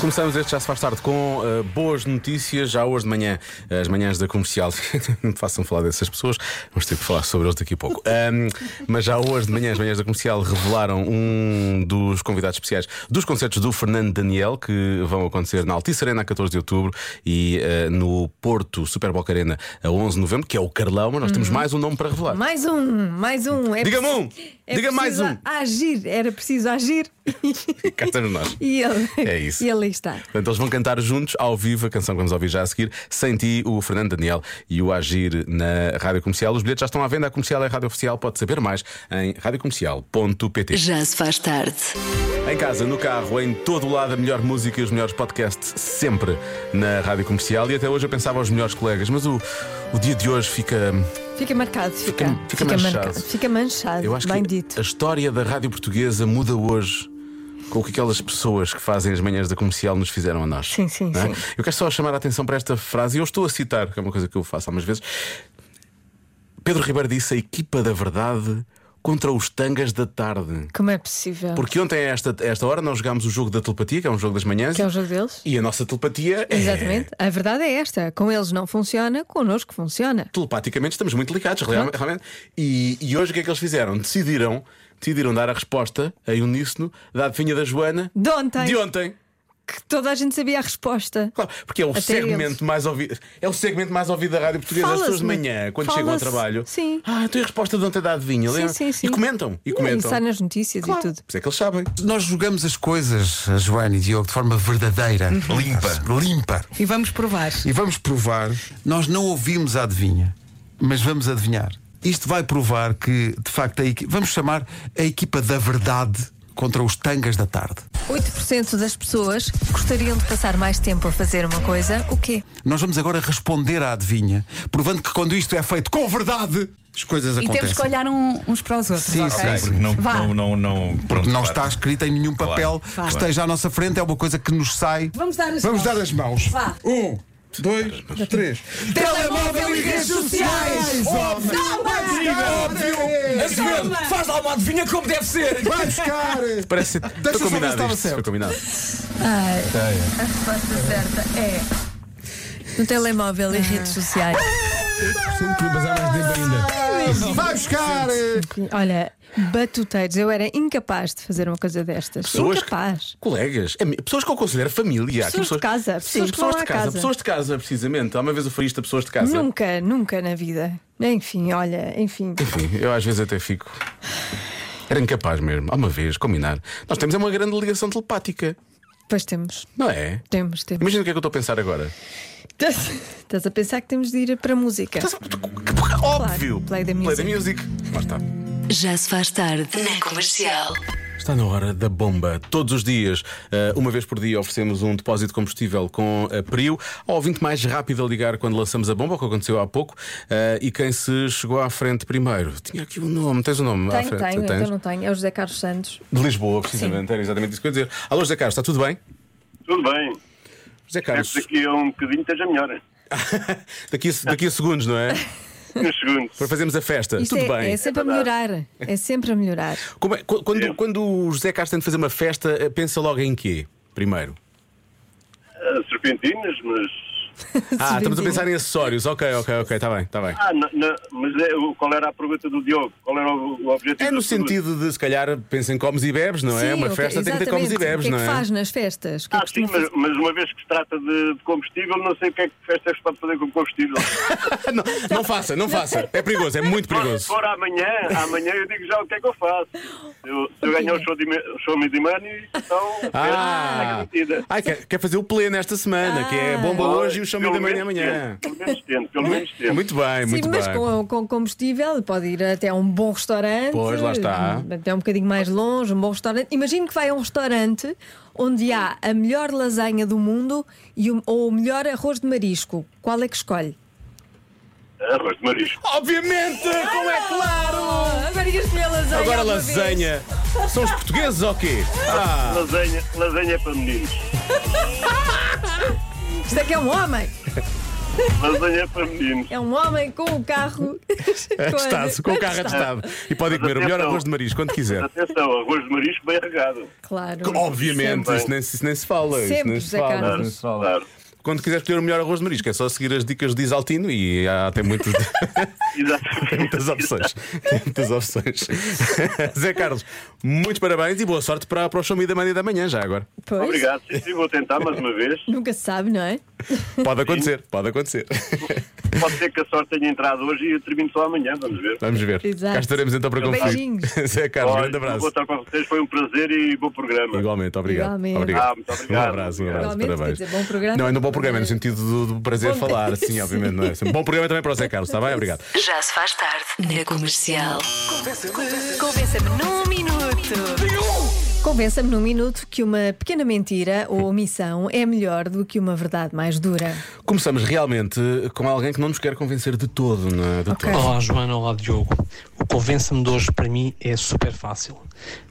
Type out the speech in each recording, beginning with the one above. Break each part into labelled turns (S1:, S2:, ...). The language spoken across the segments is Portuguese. S1: Começamos este Já Se Faz Tarde com eh, boas notícias. Já hoje de manhã, eh, as manhãs da comercial, não me façam falar dessas pessoas, vamos ter que falar sobre eles daqui a pouco. Ahm, mas já hoje de manhã, as manhãs da comercial revelaram um dos convidados especiais dos concertos do Fernando Daniel, que vão acontecer na Altice Arena a 14 de outubro e eh, no Porto Super Boca Arena a 11 de novembro, que é o Carlão. Mas nós temos mais um nome para revelar.
S2: Mais um, mais um. É
S1: Diga-me
S2: preciso-
S1: um! Diga
S2: preciso
S1: mais um!
S2: Agir, era preciso agir.
S1: Cá estamos nós.
S2: E ele,
S1: É isso.
S2: E ele aí está.
S1: Portanto, eles vão cantar juntos, ao vivo, a canção que vamos ouvir já a seguir, Sem Ti, o Fernando Daniel e o Agir na Rádio Comercial. Os bilhetes já estão à venda, a comercial é a Rádio Oficial, pode saber mais em radiocomercial.pt.
S3: Já se faz tarde.
S1: Em casa, no carro, em todo o lado, a melhor música e os melhores podcasts sempre na Rádio Comercial. E até hoje eu pensava aos melhores colegas, mas o, o dia de hoje fica.
S2: Fica marcado, fica.
S1: Fica- fica manchado.
S2: marcado, fica manchado.
S1: Eu acho
S2: bem
S1: que
S2: dito.
S1: a história da Rádio Portuguesa muda hoje. Com o que aquelas pessoas que fazem as manhãs da comercial nos fizeram a nós.
S2: Sim, sim,
S1: não é?
S2: sim.
S1: Eu quero só chamar a atenção para esta frase, e eu estou a citar, que é uma coisa que eu faço algumas vezes. Pedro Ribeiro disse: a equipa da verdade contra os tangas da tarde.
S2: Como é possível?
S1: Porque ontem, a esta, a esta hora, nós jogámos o jogo da telepatia, que é um jogo das manhãs,
S2: Que é o jogo deles?
S1: e a nossa telepatia é-
S2: Exatamente. A verdade é esta: com eles não funciona, connosco funciona.
S1: telepaticamente estamos muito ligados, real- realmente. E, e hoje o que é que eles fizeram? Decidiram, decidiram dar a resposta em uníssono da adivinha da Joana
S2: De ontem,
S1: de ontem.
S2: que toda a gente sabia a resposta.
S1: Claro, porque é o
S2: Até
S1: segmento
S2: eles.
S1: mais ouvido. É o segmento mais ouvido da rádio portuguesa às
S2: Fala-se
S1: pessoas de
S2: muito.
S1: manhã, quando chegam ao
S2: Fala-se,
S1: trabalho.
S2: sim.
S1: Ah, então e a resposta de ontem da adivinha,
S2: Sim,
S1: lembra?
S2: sim, sim.
S1: E comentam, e
S2: E
S1: comentam.
S2: sai nas notícias
S1: Claro,
S2: e tudo.
S1: Por isso é que eles sabem.
S4: Nós jogamos as coisas, a Joana e Diogo, de forma verdadeira. Uhum. Limpa. Limpa.
S5: E vamos provar.
S4: E vamos provar. Nós não ouvimos a adivinha, mas vamos adivinhar. Isto vai provar que, de facto, a equi- vamos chamar a equipa da verdade contra os tangas da tarde.
S2: 8% das pessoas gostariam de passar mais tempo a fazer uma coisa, o quê?
S4: Nós vamos agora responder à adivinha, provando que quando isto é feito com verdade, as coisas
S5: E
S4: acontecem.
S5: temos que olhar um- uns para os outros.
S4: Sim,
S5: ok?
S4: sim,
S6: Porque não,
S5: Vá.
S6: não, não, não, pronto,
S4: Não
S6: vá.
S4: está escrita em nenhum
S6: Claro.
S4: papel
S6: Vá.
S4: que esteja à nossa frente, é uma coisa que nos sai.
S5: Vamos dar as
S4: Vamos
S5: mãos.
S4: dar as mãos.
S5: Vá.
S4: Um, dois, três.
S5: Telemóvel e redes sociais.
S4: Óbvio!
S5: Toma!
S7: Faz lá uma adivinha como deve ser!
S4: Vai buscar!
S1: Parece
S4: Deixa eu só ver se
S1: combinado
S4: estava
S1: isto,
S4: certo.
S1: Foi combinado.
S2: A resposta certa é. No telemóvel e redes sociais.
S1: um é
S4: Vai buscar!
S2: Olha, batuteiros, eu era incapaz de fazer uma coisa destas. incapaz.
S1: Que, colegas, ami- pessoas que eu considero família.
S2: Pessoas de casa,
S1: Sim,
S2: pessoas que vão
S1: de
S2: à
S1: casa,
S2: casa.
S1: Pessoas de casa, precisamente. Há uma vez eu fui isto a pessoas de casa.
S2: Nunca, nunca na vida. Enfim, olha, enfim.
S1: Enfim, eu às vezes até fico. Era incapaz mesmo. Há uma vez, combinar. Nós temos é uma grande ligação telepática,
S2: Depois temos,
S1: não é?
S2: temos, temos.
S1: Imagina o que é que eu estou a pensar agora.
S2: Estás estás a pensar que temos de ir para a música.
S1: Óbvio!
S2: Play the
S1: Play the music. Lá está.
S3: Já se faz tarde na comercial.
S1: Está na hora da bomba. Todos os dias, eh, uma vez por dia, oferecemos um depósito de combustível com a Priu. Ao ouvinte mais rápido a ligar quando lançamos a bomba, o que aconteceu há pouco. eh, E quem se chegou à frente primeiro? Tinha aqui o nome. Tens o nome à
S2: Tenho,
S1: frente?
S2: tenho,
S1: Tens?
S2: então não tenho. É o José Carlos Santos.
S1: De Lisboa, precisamente. Era exatamente isso que eu ia dizer. Alô, José Carlos, está tudo bem?
S8: Tudo bem.
S1: José
S8: Espero
S1: Carlos,
S8: que daqui a um bocadinho esteja melhor.
S1: daqui a, daqui a segundos, não é?
S8: Uns segundos.
S1: Para fazermos a festa.
S2: Isto
S1: tudo
S2: é,
S1: bem.
S2: é sempre a melhorar. É sempre a melhorar.
S1: Como é- qu- quando, quando o José Carlos tem de fazer uma festa, eh, pensa logo em quê? Primeiro.
S8: Ah, serpentinas, mas.
S1: Ah, estamos a pensar em acessórios. Ok, ok, ok, está bem, está bem.
S8: Ah, na- na- mas é, o- qual era a pergunta do Diogo? Qual era o, o objetivo?
S1: É no
S8: da pergunta?
S1: sentido de, se calhar, pensa em comes e bebes, não é?
S2: Tipo assim, Sim,
S1: Uma
S2: ok,
S1: festa tem que ter comes e
S2: exatamente.
S1: bebes,
S2: O que é
S1: não
S2: que
S1: é?
S2: faz nas festas? O que é
S8: Ah,
S2: que
S8: sim,
S2: costuma
S8: mas, mas uma vez que se trata de, de combustível, não sei o que é que festa é que se pode fazer com combustível.
S1: não, não faça, não faça. É perigoso, é muito
S8: Se
S1: perigoso.
S8: for amanhã, amanhã eu digo já o que é que eu faço. Se eu, se eu ganhar o show, de, me- show me de money, então.
S1: Ah,
S8: é garantida.
S1: ai, quer, quer fazer o pleno esta semana, que
S2: Ah.
S1: é bomba hoje e o chame da
S8: Pelo
S1: manhã
S8: menos tento,
S1: amanhã.
S8: Pelo menos tento, pelo menos tento.
S1: Muito bem, É muito
S2: Sim, mas
S1: bem.
S2: com, com combustível pode ir até a um bom restaurante.
S1: Pois, lá está.
S2: Até um bocadinho mais longe, um bom restaurante. Imagino que vai a um restaurante onde há a melhor lasanha do mundo e o, ou o melhor arroz de marisco. Qual é que escolhe?
S8: Arroz de marisco.
S1: Obviamente, como é claro!
S2: Ah, Agora ias comer lasanha.
S1: Agora lasanha. São os portugueses ou quê? Ah,
S8: Lasanha, lasanha é para meninos.
S2: Isto é que é um homem.
S8: Lasanha é para meninos.
S2: É um homem com o carro.
S1: Arrestado, É, com o carro arrestado. E podem comer o melhor
S8: Atenção.
S1: arroz de marisco quando quiser.
S8: Atenção, arroz de marisco bem regado.
S2: Claro.
S1: Obviamente,
S8: Sempre.
S1: isso nem, se- isso nem se fala. isso
S2: Sempre,
S1: nem se
S2: Zé
S1: fala.
S2: Carlos.
S1: isso nem se fala.
S8: Claro.
S1: Quando quiser escolher o melhor arroz de marisco, é só seguir as dicas de Isaltino e há até muitos. Tem
S8: Exatamente.
S1: muitas opções. Tem muitas opções. Zé Carlos, muitos parabéns e boa sorte para, para o show Me da manhã e da manhã, já agora.
S2: Pois,
S8: Obrigado, sim, sim, vou tentar mais uma vez.
S2: Nunca se sabe, não é?
S1: Pode acontecer, pode acontecer.
S8: Pode ser que a sorte tenha entrado hoje e eu termino só amanhã, vamos ver.
S1: Vamos ver.
S2: Exato.
S1: Cá estaremos então para conferir.
S2: Beijinhos.
S1: Zé Carlos,
S8: Olha,
S1: Tá um grande
S8: Vou
S1: abraço.
S8: estar com vocês, foi um prazer e bom programa.
S1: Igualmente, obrigado.
S2: Igualmente.
S1: obrigado.
S8: Ah, muito obrigado.
S1: Um abraço, um abraço,
S2: Igualmente, quer
S1: parabéns.
S2: dizer, bom programa.
S1: Não, é no bom programa, é no sentido do, do prazer
S2: Bom-
S1: falar, sim, obviamente. Não é? Sim, Bom programa também para o Zé Carlos, está bem? Obrigado.
S3: Já se faz tarde na comercial.
S6: Convença-me num minuto.
S2: Convença-me num minuto que uma pequena mentira ou omissão é melhor do que uma verdade mais dura.
S1: Começamos realmente com alguém que não nos quer convencer de todo, não é? De
S2: Ok.
S1: todo.
S9: Olá Joana, olá Diogo. O convença-me de hoje para mim é super fácil.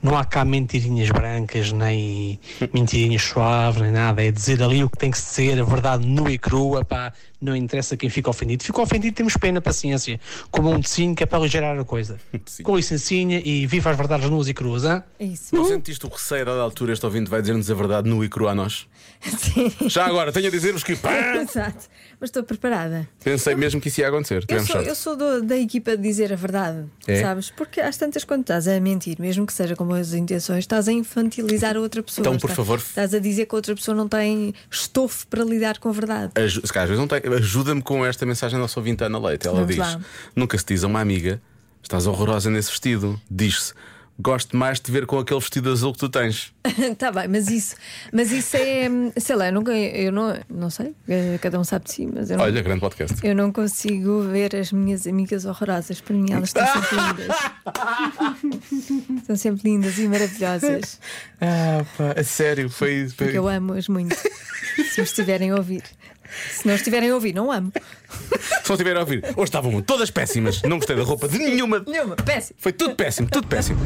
S9: Não há cá mentirinhas brancas, nem mentirinhas suaves, nem nada. É dizer ali o que tem que ser, a verdade nua e crua, pá, não interessa quem fica ofendido. Ficou ofendido, temos pena, paciência. Como um tecinho que é para aligerar a coisa.
S1: Sim.
S9: Com licencinha e viva as verdades nuas e cruas, hã?
S2: É isso.
S1: Não sentiste o receio, a dada altura, este ouvinte vai dizer-nos a verdade nua e crua a nós?
S2: Sim.
S1: Já agora, tenho a dizer-vos que pá,
S2: Exato. Mas estou preparada.
S1: pensei mesmo que isso ia acontecer.
S2: Eu
S1: Tivemos
S2: sou,
S1: sorte.
S2: eu sou do- da equipa de dizer a verdade,
S1: É?
S2: sabes? Porque às tantas, quando estás a mentir, mesmo que seja com boas intenções, estás a infantilizar a outra pessoa.
S1: Então, por
S2: Estás-
S1: favor.
S2: Estás a dizer que a outra pessoa não tem estofo para lidar com a verdade.
S1: Aju- se calhar, às vezes não tem- Ajuda-me com esta mensagem da nossa ouvinte Ana Leite. Ela
S2: Vamos
S1: diz:
S2: lá.
S1: Nunca se diz a uma amiga, estás horrorosa nesse vestido. Diz-se: Gosto mais de te ver com aquele vestido azul que tu tens.
S2: Está Tá bem, mas isso, mas isso é, hum, sei lá, eu, nunca, eu não, não sei, eh, cada um sabe de si, mas eu não,
S1: Olha, grande podcast.
S2: eu não consigo ver as minhas amigas horrorosas. Para mim, elas estão sempre lindas. Estão sempre lindas e maravilhosas.
S1: Ah, pá, a sério, foi. foi-
S2: Porque eu amo-as muito. Se me estiverem a ouvir. Se não estiverem a ouvir, não amo.
S1: Se não estiver a ouvir, hoje estavam todas péssimas. Não gostei da roupa de nenhuma.
S2: Nenhuma, péssimo.
S1: Foi tudo péssimo, tudo péssimo.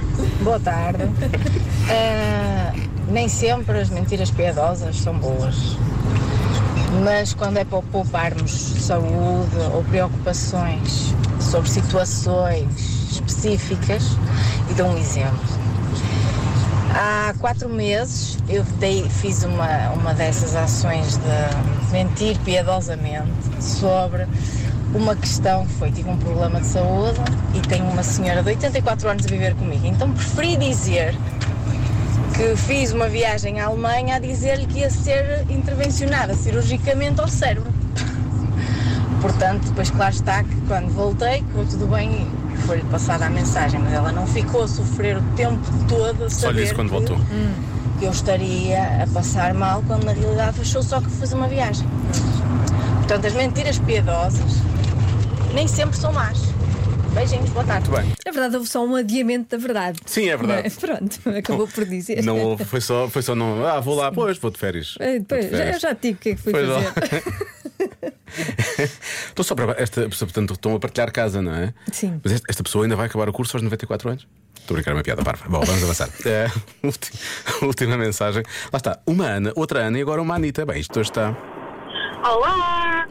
S10: Boa tarde. Ah, nem sempre as mentiras piedosas são boas. Mas quando é para pouparmos saúde ou preocupações sobre situações específicas, e dou um exemplo. Há quatro meses eu dei- fiz uma, uma dessas ações de mentir piedosamente sobre uma questão que foi, tive um problema de saúde e tenho uma senhora de 84 anos a viver comigo. Então preferi dizer que fiz uma viagem à Alemanha a dizer-lhe que ia ser intervencionada cirurgicamente ao cérebro. Portanto, depois claro está que quando voltei, correu tudo bem e foi-lhe passada a mensagem, mas ela não ficou a sofrer o tempo todo a
S1: Só lhe
S10: saber
S1: disse quando
S10: que
S1: voltou.
S2: Hum.
S10: eu estaria a passar mal quando na realidade achou só que fazer uma viagem. Portanto, as mentiras piedosas nem sempre são más. Beijinhos, boa tarde.
S1: Muito bem.
S2: Na verdade, houve só um adiamento da verdade.
S1: Sim, é verdade.
S2: Não Pronto, acabou por dizer.
S1: Não houve, foi só, foi só não. Ah, vou lá, pois, vou de férias.
S2: Eh, Depois,
S1: Vou de
S2: já,
S1: férias.
S2: eu já te digo o que é que fui
S1: Pois
S2: fazer.
S1: não. Estou Então só para. Esta pessoa, portanto, estão a partilhar casa, não é?
S2: Sim.
S1: Mas esta, esta pessoa ainda vai acabar o curso aos 94 anos? Estou a brincar, é uma piada parva. Bom, vamos avançar. É, ulti- última mensagem. Lá está. Uma Ana, outra Ana e agora uma Anitta. Bem, isto hoje está.
S10: Olá!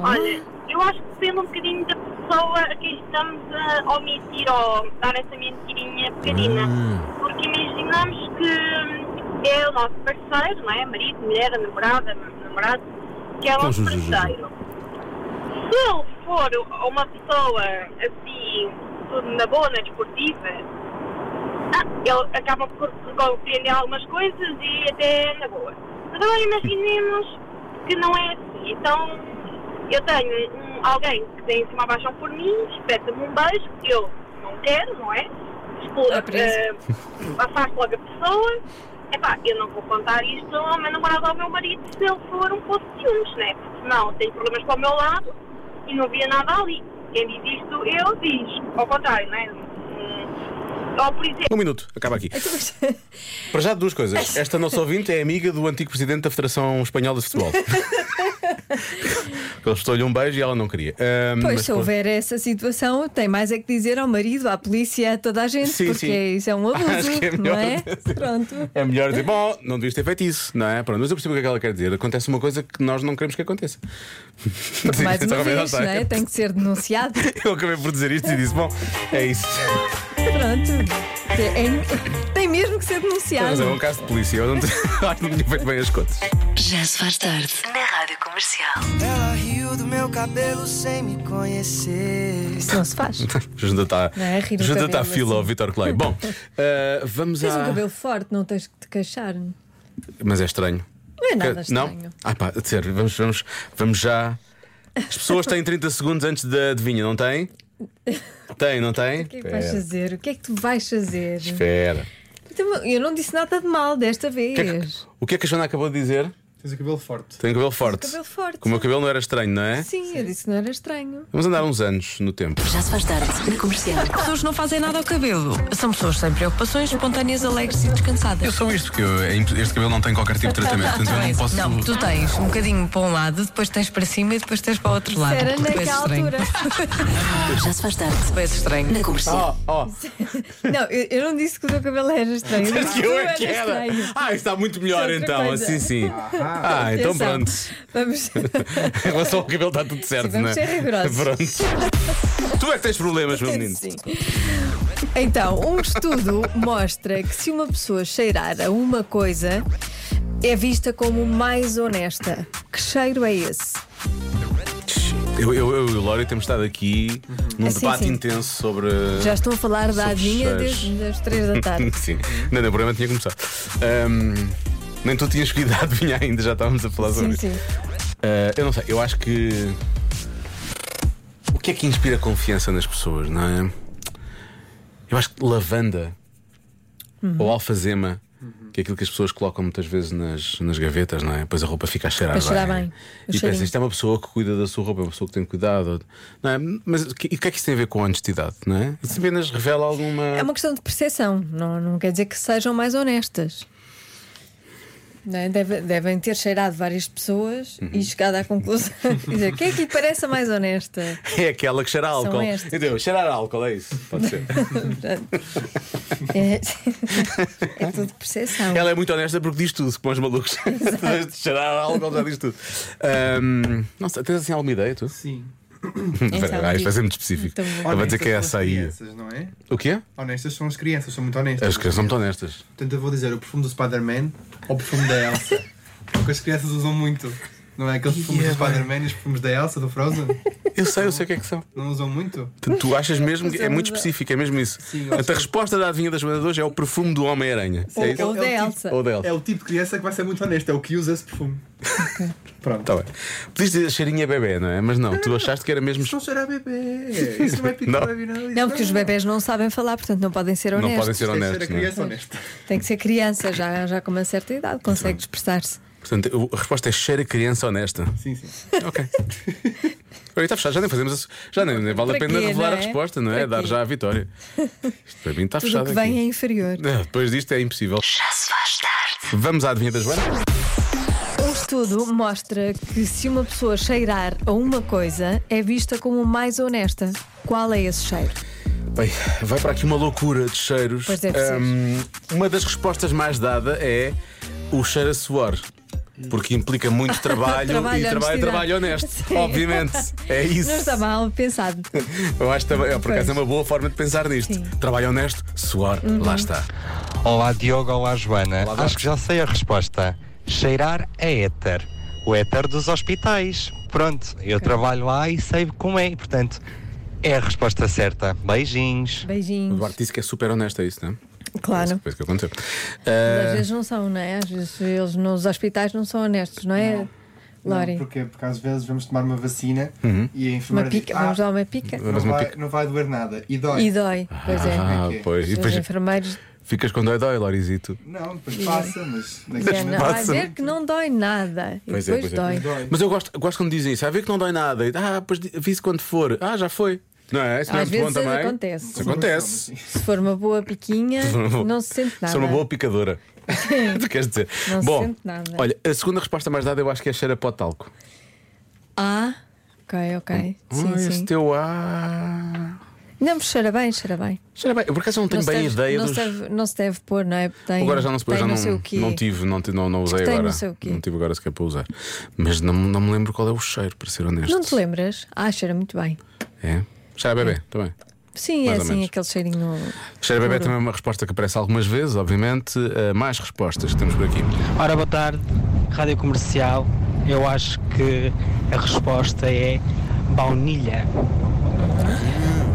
S10: Olha, eu acho que depende um bocadinho da pessoa a quem estamos a omitir ou dar essa mentirinha pequenina. Porque imaginamos que é o nosso parceiro, não é? Marido, mulher, namorada, namorado, que é o nosso
S1: Então, Ju, Ju, Ju, Ju.
S10: parceiro. Se ele for uma pessoa assim, tudo na boa, na desportiva, ah, ele acaba por compreender algumas coisas e até na boa. Mas agora imaginemos que não é assim. Então eu tenho um- alguém que tem assim, uma paixão por mim, espeta-me um beijo que eu não quero, não é? Explo-
S2: Ah, preso.
S10: eh, Afasto logo a pessoa. Epá, eu não vou contar isto ao meu namorado ou ao meu marido se ele for um pouco de ciúmes, né? Porque senão tem problemas para o meu lado né? e não via nada ali. Quem diz isto, eu diz. Ao contrário, não é? Hum,
S6: Ou, por exemplo,
S1: Um minuto, acaba aqui.
S2: Então, mas-
S1: Para já, duas coisas. Esta nossa ouvinte é amiga do antigo presidente da Federação Espanhola de Futebol. Ele estou-lhe um beijo e ela não queria. Ahm,
S2: Pois,
S1: mas
S2: se
S1: pronto.
S2: houver essa situação, tem mais é que dizer ao marido, à polícia, a toda a gente,
S1: Sim,
S2: porque
S1: sim.
S2: isso é um abuso,
S1: Acho que é
S2: não
S1: melhor
S2: é?
S1: dizer.
S2: Pronto.
S1: É melhor dizer, bom, não devias ter feito isso, não é? Pronto, mas eu percebo o que é que ela quer dizer. Acontece uma coisa que nós não queremos que aconteça.
S2: Mais
S1: Sim, então
S2: uma
S1: essa
S2: vez,
S1: realidade
S2: não é? Tem que ser denunciado.
S1: Eu acabei por dizer isto e disse, bom, é isso.
S2: Pronto. É- tem mesmo que ser
S1: Mas
S2: denunciado.
S1: é um caso de polícia. Eu não, te... Acho que não tinha feito bem as contas.
S3: Já se faz tarde na Rádio Comercial.
S5: Ela riu do meu cabelo sem me conhecer.
S2: Isso não se faz.
S1: Junta está
S2: Não é? Rir o
S1: Junta
S2: cabelo
S1: está a fila
S2: assim.
S1: ao Vitor Clay. Bom, ah, vamos
S2: Tens um
S1: a.
S2: cabelo forte, não tens que te queixar. Não
S1: Mas é estranho.
S2: é nada
S1: Que- não?
S2: estranho.
S1: Ah, pá, de sério, vamos, vamos, vamos já. As pessoas têm 30 segundos antes da adivinha, não têm? Tem, não tem?
S2: O que é que vais fazer? O que é que tu vais fazer?
S1: Espera.
S2: Então, Eu não disse nada de mal desta
S1: O que, é que,
S2: vez.
S1: o que é que a Joana acabou de dizer?
S7: Tens o cabelo forte.
S1: Tem cabelo forte.
S2: Cabelo forte.
S1: Que o meu cabelo não era estranho, não é?
S2: Sim, eu disse que não era estranho.
S1: Vamos andar uns anos no tempo.
S3: Já se faz tarde na Comercial.
S5: As pessoas não fazem nada ao cabelo. São pessoas sem preocupações, espontâneas, alegres e descansadas.
S1: sou isto, porque este cabelo não tem qualquer tipo de tratamento. Portanto, eu não posso.
S5: Não, tu tens um bocadinho para um lado, depois tens para cima e depois tens para o outro lado.
S2: Era
S5: Tu és
S2: naquela
S5: estranho.
S2: altura.
S3: Já se faz tarde
S5: Tu és estranho.
S3: na Comercial.
S2: Não, eu, eu não disse que o teu cabelo era estranho. Eu disse que tu
S1: eu é que
S2: eras
S1: era.
S2: estranho.
S1: Ah, isto está muito melhor
S2: Isso é outra
S1: então.
S2: coisa.
S1: Assim sim. Ah, então
S2: Atenção.
S1: pronto.
S2: Vamos.
S1: Em relação ao cabelo está tudo certo,
S2: Sim,
S1: não é?
S2: vamos ser rigorosos.
S1: Pronto. Tu é que tens problemas, meu menino.
S2: Então, um estudo mostra que se uma pessoa cheirar a uma coisa, é vista como mais honesta. Que cheiro é esse?
S1: Eu, eu, eu e o Lório temos estado aqui num
S2: Assim,
S1: debate
S2: sim.
S1: intenso sobre.
S2: Já estou a falar da
S1: Sobre
S2: adivinha
S1: cheiros.
S2: desde as três da tarde.
S1: Sim, não, não, o programa tinha começado. Ahm, nem tu tinhas escolhido a adivinha ainda, já estávamos a falar sobre
S2: Sim,
S1: isso.
S2: sim.
S1: Ah, eu não sei, eu acho que. O que é que inspira confiança nas pessoas, não é? Eu acho que lavanda
S2: Uhum.
S1: ou alfazema, que é aquilo que as pessoas colocam muitas vezes nas, nas gavetas, não é? Depois a roupa fica a cheirar
S2: Para cheirar bem, o
S1: E
S2: cheirinho.
S1: pensas, isto é uma pessoa que cuida da sua roupa, é uma pessoa que tem cuidado. Não é? Mas o que- e o que é que isso tem a ver com a honestidade, não é? Isso apenas revela alguma.
S2: É uma questão de percepção, não, não quer dizer que sejam mais honestas. Não é? Deve- devem ter cheirado várias pessoas
S1: Uhum.
S2: e chegado à conclusão. Quer dizer, quem é que lhe parece a mais honesta?
S1: É aquela que cheira a álcool.
S2: estas.
S1: Entendeu? Cheirar a álcool, é isso? Pode ser.
S2: É, é tudo percepção.
S1: Ela é muito honesta porque diz tudo, como os malucos. Depois de Cheirar álcool já diz tudo. Ahm, nossa, tens assim alguma ideia, tu?
S7: Sim.
S1: Espera, ah, isto vai ser muito específico.
S2: Então, bom.
S1: Ela vai dizer que é
S7: Honestas
S1: essa
S7: são as
S1: aí.
S7: crianças, não é?
S1: O quê?
S7: Honestas são as crianças, são muito honestas.
S1: As crianças são muito honestas.
S7: Portanto, eu vou dizer o perfume do Spider-Man ou o perfume da Elsa. Porque as crianças usam muito. Não é aqueles perfumes do Spider-Man e os perfumes da Elsa, do Frozen?
S1: Eu sei, eu sei o que é que são.
S7: Não usam muito?
S1: Portanto, tu achas mesmo que é muito específico, é mesmo isso.
S7: Sim, eu
S1: Portanto, A
S7: acho.
S1: resposta da adivinha das bandas de hoje é o perfume do Homem-Aranha.
S2: Ou,
S1: É isso?
S2: ou da
S7: é o tipo-
S2: Elsa.
S1: Ou dela.
S7: É o tipo de criança que vai ser muito honesta, é o que usa esse perfume. Pronto.
S1: Tá bem. Podias dizer cheirinho a bebê, não é? Mas não, tu achaste que era mesmo.
S4: Pues
S7: Isso não será bebê. Isso não é
S1: Não.
S7: picolé, não. isso
S2: Não, porque os bebés não sabem falar, portanto não podem ser
S1: Não
S2: honestos.
S1: podem ser
S7: Tem que ser a
S1: honestos. não é?
S7: criança honesta.
S2: Tem que ser criança, já, já com uma certa idade, consegue expressar-se.
S1: Portanto, eu- a resposta é cheira criança honesta.
S7: Sim, sim.
S1: Ok. Olha, está fechado, já nem fazemos isso. Já nem, nem vale a
S2: Para
S1: pena
S2: quê,
S1: revelar
S2: não
S1: a
S2: é?
S1: resposta, não é?
S2: Para
S1: Dar
S2: quê?
S1: já a vitória. Isto para mim está
S2: Tudo o
S1: fechado.
S2: que vem é
S1: aqui.
S2: inferior.
S1: Não, Depois disto é impossível.
S3: Já se faz tarde.
S1: Vamos à adivinha da Joana?
S2: Um estudo mostra que se uma pessoa cheirar a uma coisa, é vista como mais honesta. Qual é esse cheiro?
S1: Bem, vai para aqui uma loucura de cheiros.
S2: Pois deve ser.
S1: Ahm, uma das respostas mais dada é o cheiro a suor. Porque implica muito trabalho,
S2: Trabalho,
S1: e trabalho,
S2: honestidade.
S1: trabalho honesto.
S2: Sim.
S1: Obviamente. É isso.
S2: Não está mal pensado.
S1: Eu acho também, é, por acaso é uma
S2: Pois.
S1: boa forma de pensar nisto.
S2: Sim. Uhum.
S1: Trabalho honesto, suor, lá está.
S11: Olá Diogo, olá Joana.
S1: Olá,
S11: Acho que já sei a resposta. Cheirar a éter. O éter dos hospitais. Pronto, eu trabalho lá e sei como é. Portanto, é a resposta certa. Beijinhos.
S1: O
S2: Beijinhos.
S1: Duarte disse que é super honesto, é isso, não é?
S2: Claro.
S1: Foi isso que aconteceu.
S2: Às
S1: Ah,
S2: vezes não são, não é? Às vezes eles nos hospitais não são honestos, não é? Lori,
S7: Não, porque, porque às vezes vamos tomar uma vacina e a
S2: uma
S7: enfermeira
S2: pica,
S7: diz, "Ah,
S2: vamos dar uma pica.
S7: não,
S1: Mas uma
S7: vai,
S1: pica."
S7: não vai doer nada. E dói.
S2: E dói, pois é.
S1: Ah,
S7: Ok.
S1: pois. E
S2: Os
S1: depois
S2: enfermeiros
S1: ficas com dói, dói, Lorizito.
S7: Não, depois passa, mas...
S2: dizem, não, vai
S1: Passa.
S2: ver que não dói nada. E
S1: é,
S2: depois dói.
S1: Mas eu gosto, gosto quando dizem isso. Ah, vê que não dói nada. E, Ah, pois di- vi-se quando for. Ah, já foi. Não é? Isso não é
S2: Às
S1: muito bom
S2: vezes
S1: também.
S2: acontece.
S1: Isso acontece.
S2: Se for uma boa piquinha, não se sente nada.
S1: Sou uma boa picadora. tu queres dizer?
S2: Não se
S1: bom,
S2: sente nada.
S1: olha, a segunda resposta mais dada eu acho que é cheira para o talco.
S2: Ah, ok, ok. Sim,
S1: Ah,
S2: sim.
S1: Esse teu ah.
S2: Não, mas cheira bem, cheira bem.
S1: Cheira bem. Eu por acaso não tenho
S2: se
S1: bem
S2: deve-
S1: ideia
S2: não
S1: dos.
S2: Se deve, não se deve pôr, não é? Tem,
S1: Agora já não se
S2: tem
S1: pôs, já
S2: não,
S1: não,
S2: sei o quê.
S1: não tive, não, ti- não, não usei
S2: Tem não
S1: agora.
S2: sei o quê.
S1: Não tive agora sequer para usar. Mas não, não me lembro qual é o cheiro, para ser honesto.
S2: Não te lembras? Ah, cheira muito bem.
S1: É? Cheira a bebê, também.
S2: Sim,
S1: Mais
S2: é
S1: ou
S2: assim,
S1: menos.
S2: aquele cheirinho.
S1: Cheira a bebê
S2: Claro.
S1: também é uma resposta que aparece algumas vezes, obviamente. Eh, mais respostas que temos por aqui.
S11: Ora, boa tarde, Rádio Comercial. Eu acho que a resposta é baunilha.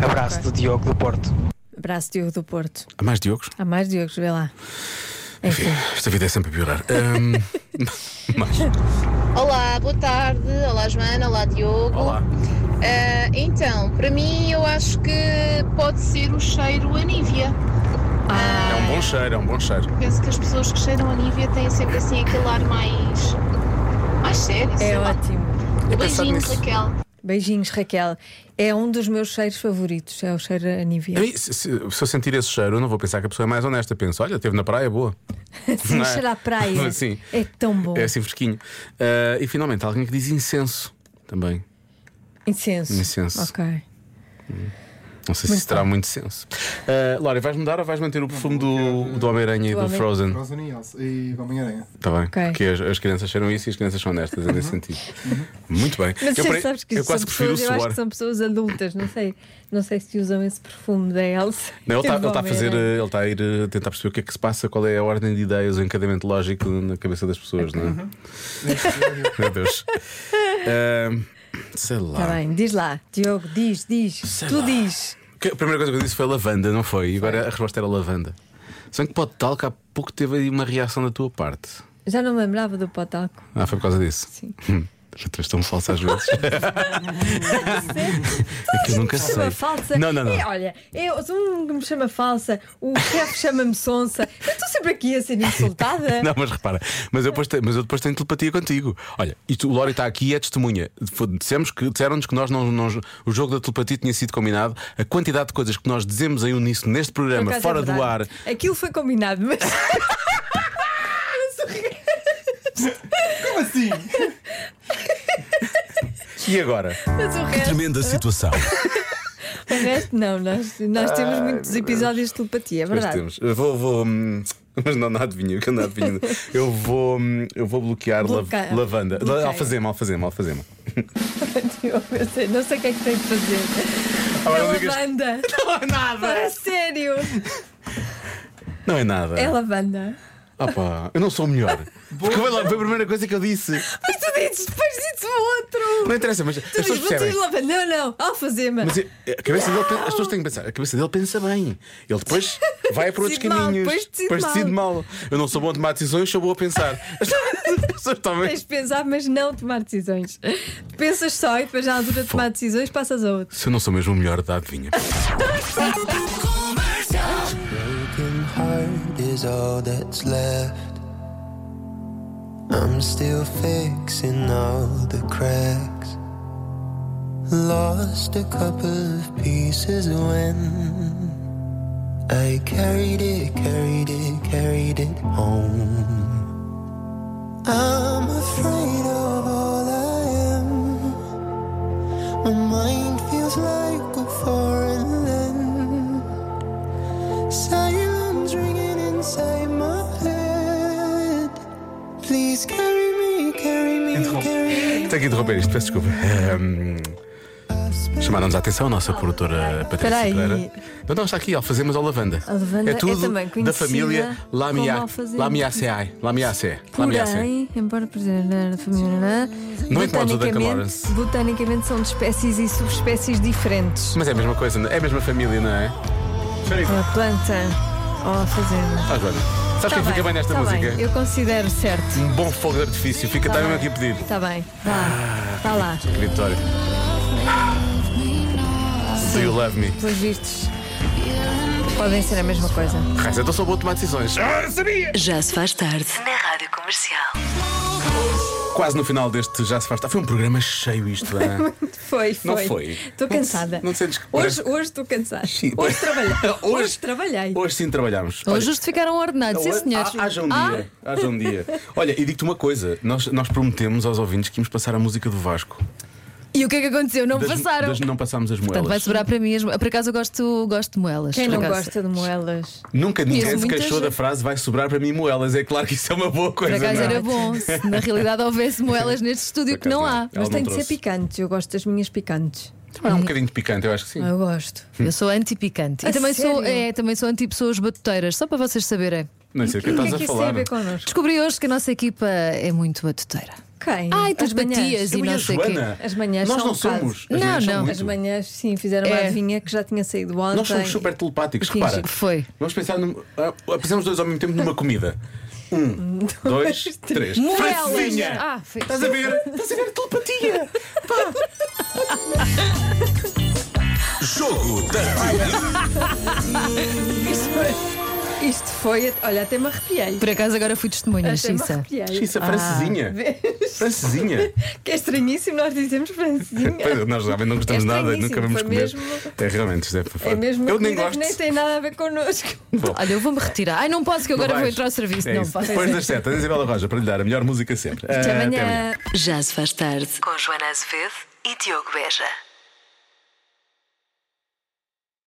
S11: Abraço do Diogo do Porto.
S2: Braço Diogo do Porto.
S1: Há mais Diogos?
S2: Há mais Diogos, vê lá. Enfim.
S1: Esta vida é sempre a piorar. Ehm, Ahm, mas,
S12: Olá, boa tarde. Olá, Joana. Olá, Diogo.
S1: Olá.
S12: Ah, então, para mim, eu acho que é, pode ser o cheiro a Nívia.
S1: é um bom cheiro, é um bom cheiro.
S12: Penso que as pessoas que cheiram a Nívia têm sempre assim aquele ar mais. mais sério. assim.
S2: É
S12: sei lá.
S2: ótimo.
S10: É
S12: Beijinhos, Raquel.
S2: Beijinhos, Raquel. É um dos meus cheiros favoritos. É o cheiro a Nivea.
S1: A mim, se, se- se eu sentir esse cheiro, eu não vou pensar que a pessoa é mais honesta. Penso, olha, esteve na praia, boa.
S2: Sim,
S1: Não é?
S2: cheira à praia.
S1: Sim.
S2: É tão bom.
S1: É assim fresquinho. Ah, e finalmente, alguém que diz incenso também.
S2: Incenso.
S1: Incenso.
S2: Ok.
S1: Não sei se
S2: Muito
S1: isso terá muito senso. Ah, Laura, vais mudar ou vais manter o perfume do, do Homem-Aranha e do Frozen?
S7: Frozen e Elsa. E Homem-Aranha. Uhum.
S1: Está bem,
S7: Ok.
S1: porque as, as crianças cheiram isso e as crianças são honestas nesse sentido. Muito bem.
S2: Mas
S1: eu,
S2: eu,
S1: porém,
S2: sabes que
S1: eu
S2: isso
S1: quase
S2: são
S1: prefiro o
S2: pessoas, eu acho
S1: suor.
S2: que são pessoas adultas, não sei, não sei se usam esse perfume da Elsa.
S1: Não, ele está
S2: Tipo
S1: a fazer,
S2: Homem-Aranha.
S1: eh, ele está a ir eh, tentar perceber o que é que se passa, qual é a ordem de ideias, o encadeamento lógico na cabeça das pessoas,
S7: Uhum.
S1: não é? Meu Deus. Ahm, sei lá.
S2: Está Tá bem, diz lá, Diogo, diz, diz, tu diz.
S1: Que a primeira coisa que eu disse foi lavanda, não foi? E agora a resposta era lavanda. Só que pode tal que há pouco teve aí uma reação da tua parte.
S2: Já não me lembrava do potalco.
S1: Ah, foi por causa disso? Hum, Sim. Já tu és tão falsa às vezes. é que eu nunca
S2: Me
S1: sei.
S2: chama falsa.
S1: Não, não, não.
S2: É, olha, eu, um que me chama falsa, o chefe chama-me sonsa. Eu estou sempre aqui a ser insultada.
S1: Não, mas repara, mas eu depois, te- mas eu depois tenho telepatia contigo. Olha, isto, o Lório está aqui e é testemunha. Fo- Dissemos que, disseram-nos que nós não, não- O jogo da telepatia tinha sido combinado. A quantidade de coisas que nós dizemos em uníssono neste
S2: Por
S1: programa,
S2: acaso é
S1: fora do ar.
S2: verdade. Aquilo foi combinado, mas. Mas o resto-
S7: Como assim?
S1: E agora?
S2: Mas o resto.
S13: Tremenda situação.
S2: O resto, não, nós, nós temos muitos episódios de telepatia, é
S1: Ah, Pois
S2: verdade.
S1: temos. Eu vou. vou, hum, mas não, não adivinha, que eu não adivinho. Eu vou, hum, eu vou bloquear lav-
S2: Bloqueia.
S1: lavanda.
S2: Bloqueia.
S1: Alfazema, alfazema, alfazema.
S2: Diogo, eu sei, não sei o que é que tenho de fazer.
S1: Agora
S2: é
S1: não digas-
S2: lavanda. Não é nada. Para sério.
S1: Não é nada.
S2: É lavanda.
S1: Ah pá, eu não sou o melhor. Porque foi logo- foi a primeira coisa que eu disse.
S2: Mas tu dizes, depois dizes o outro.
S1: Não interessa, mas as
S2: Tu
S1: pessoas
S2: dizes, vou
S1: percebem.
S2: dizer lavanda. Não, não, alfazema.
S1: Mas a a cabeça dele, tem- as pessoas têm que pensar, a cabeça dele pensa bem. Ele depois vai para outros
S2: Decide mal,
S1: caminhos.
S2: depois decide
S1: mal. Eu não sou bom a tomar decisões, sou bom a pensar. As pessoas
S2: Tens
S1: talvez.
S2: de pensar, mas não tomar decisões. Pensas só e depois, na altura de tomar decisões, passas a outro.
S1: Se eu não sou mesmo o melhor da adivinha.
S14: Broken heart is all that's left. I'm still fixing all the cracks. Lost a couple of pieces when I carried it, carried it, carried it home. I'm afraid of all I am. My mind feels like a foreign land. Silence ringing inside my head. Please carry me, carry me, carry me.
S1: Tenho que interromper isto, peço desculpa. Ahm, Chamaram-nos a atenção a nossa produtora
S2: Espera
S1: Patrícia
S2: aí.
S1: Pereira. Não, não, está aqui, alfazemos ou lavanda.
S2: A lavanda
S1: é tudo
S2: é também
S1: da
S2: conhecida
S1: família
S2: como
S1: Lamia-
S2: alfazema.
S1: Lamiaceae. Lamiaceae. Lamiaceae.
S2: Porém, embora preservar a família, né?
S1: Não é incomodes o Duncan
S2: botanicamente,
S1: Lawrence.
S2: botanicamente são de espécies e subespécies diferentes.
S1: Mas é a mesma coisa, não é É a mesma família, não é?
S2: A planta ou a fazenda.
S1: Ah, Joana, sabes
S2: Tá
S1: quem fica bem nesta
S2: tá
S1: música?
S2: bem, eu considero certo.
S1: Um bom fogo de artifício, fica
S2: Tá
S1: também
S2: bem.
S1: aqui a pedir.
S2: Está bem, vá, está lá.
S1: Vitória. Do you love me?
S2: Pelos vistos, podem ser a mesma coisa.
S1: Raiz, então sou bom a tomar decisões. Ah, sabia!
S3: Já se faz tarde. Na Rádio Comercial.
S1: Quase no final deste Já se faz tarde. Foi um programa cheio isto, hã?
S2: Foi, foi.
S1: Não foi?
S2: Estou cansada.
S1: Não sentes que
S2: Hoje,
S1: parece-
S2: hoje estou cansada. Hoje trabalhei. Hoje, trabalhei.
S1: Hoje sim trabalhámos.
S13: Hoje justificaram ordenados, sim
S1: Hoje-
S13: senhores.
S1: ha- Haja um dia. Haja um dia. Olha, e digo-te uma coisa: nós, nós prometemos aos ouvintes que íamos passar a música do Vasco.
S13: E o que é que aconteceu? Não me
S1: Das-
S13: passaram.
S1: das- não passámos as
S13: Portanto,
S1: moelas.
S13: vai sobrar para mim. as- Por acaso eu gosto, gosto de moelas.
S2: Quem
S13: por
S2: não
S13: acaso.
S2: gosta de moelas?
S1: Nunca ninguém
S13: Conheço
S1: se
S13: muita
S1: queixou
S13: gente.
S1: da frase vai sobrar para mim moelas. É claro que isso é uma boa
S13: Por
S1: coisa.
S13: acaso
S1: não é?
S13: era bom se na realidade houvesse moelas neste estúdio que não
S1: Ela
S13: há.
S2: Mas
S1: não
S2: tem de ser
S1: trouxe.
S2: picantes. Eu gosto das minhas picantes.
S1: Também é um bocadinho de picante, eu acho que sim.
S2: Eu gosto.
S13: Eu sou anti-picante.
S2: A
S13: E também sou,
S2: sério?
S13: é, também sou anti-pessoas batuteiras, só para vocês saberem.
S1: Não sei o que
S2: é
S1: estás a falar.
S13: Descobri hoje que a nossa equipa é muito batuteira.
S2: Quem?
S13: Ai,
S2: As
S13: tu batias
S2: manhãs.
S13: e não sei o quê.
S1: Joana,
S2: As manhãs
S1: nós
S2: são
S1: não
S2: um bocado-
S1: somos. As Não, manhãs são não. muito.
S2: As manhãs, sim, fizeram
S13: É.
S2: uma adivinha que já tinha saído ontem.
S1: Nós somos super telepáticos,
S2: Finge
S1: repara.
S2: que
S13: Foi.
S1: Vamos pensar num. ah, Pensamos dois ao mesmo tempo numa comida. Um, dois, três. Francesinha!
S13: Ah, foi-
S1: Estás a ver? Estás a ver telepatia?
S15: Jogo da
S2: Isto foi. Isto foi. Olha, até me arrepiei.
S13: Por acaso agora fui testemunha,
S2: Até me
S13: Xissa.
S2: arrepiei.
S1: Xissa, francesinha.
S2: vês?
S1: Francesinha.
S2: Que é estranhíssimo, nós dizemos francesinha.
S1: Pois, nós realmente não gostamos
S2: É
S1: nada,
S2: estranhíssimo,
S1: nunca vamos
S2: foi
S1: comer.
S2: mesmo-
S1: É realmente, isto é,
S2: É mesmo uma
S1: Eu nem
S2: comida que
S1: gosto.
S2: nem tem nada a ver connosco.
S13: Olha, eu vou-me retirar. Ai, não posso, que eu
S1: Não
S13: agora vou
S1: vais.
S13: entrar ao serviço.
S1: É
S13: não
S1: isso.
S13: posso.
S1: Depois das sete, a Isabela Roja, para lhe dar a melhor música sempre. Ah,
S3: Já se faz tarde. Com Joana Azevedo e Diogo Beja.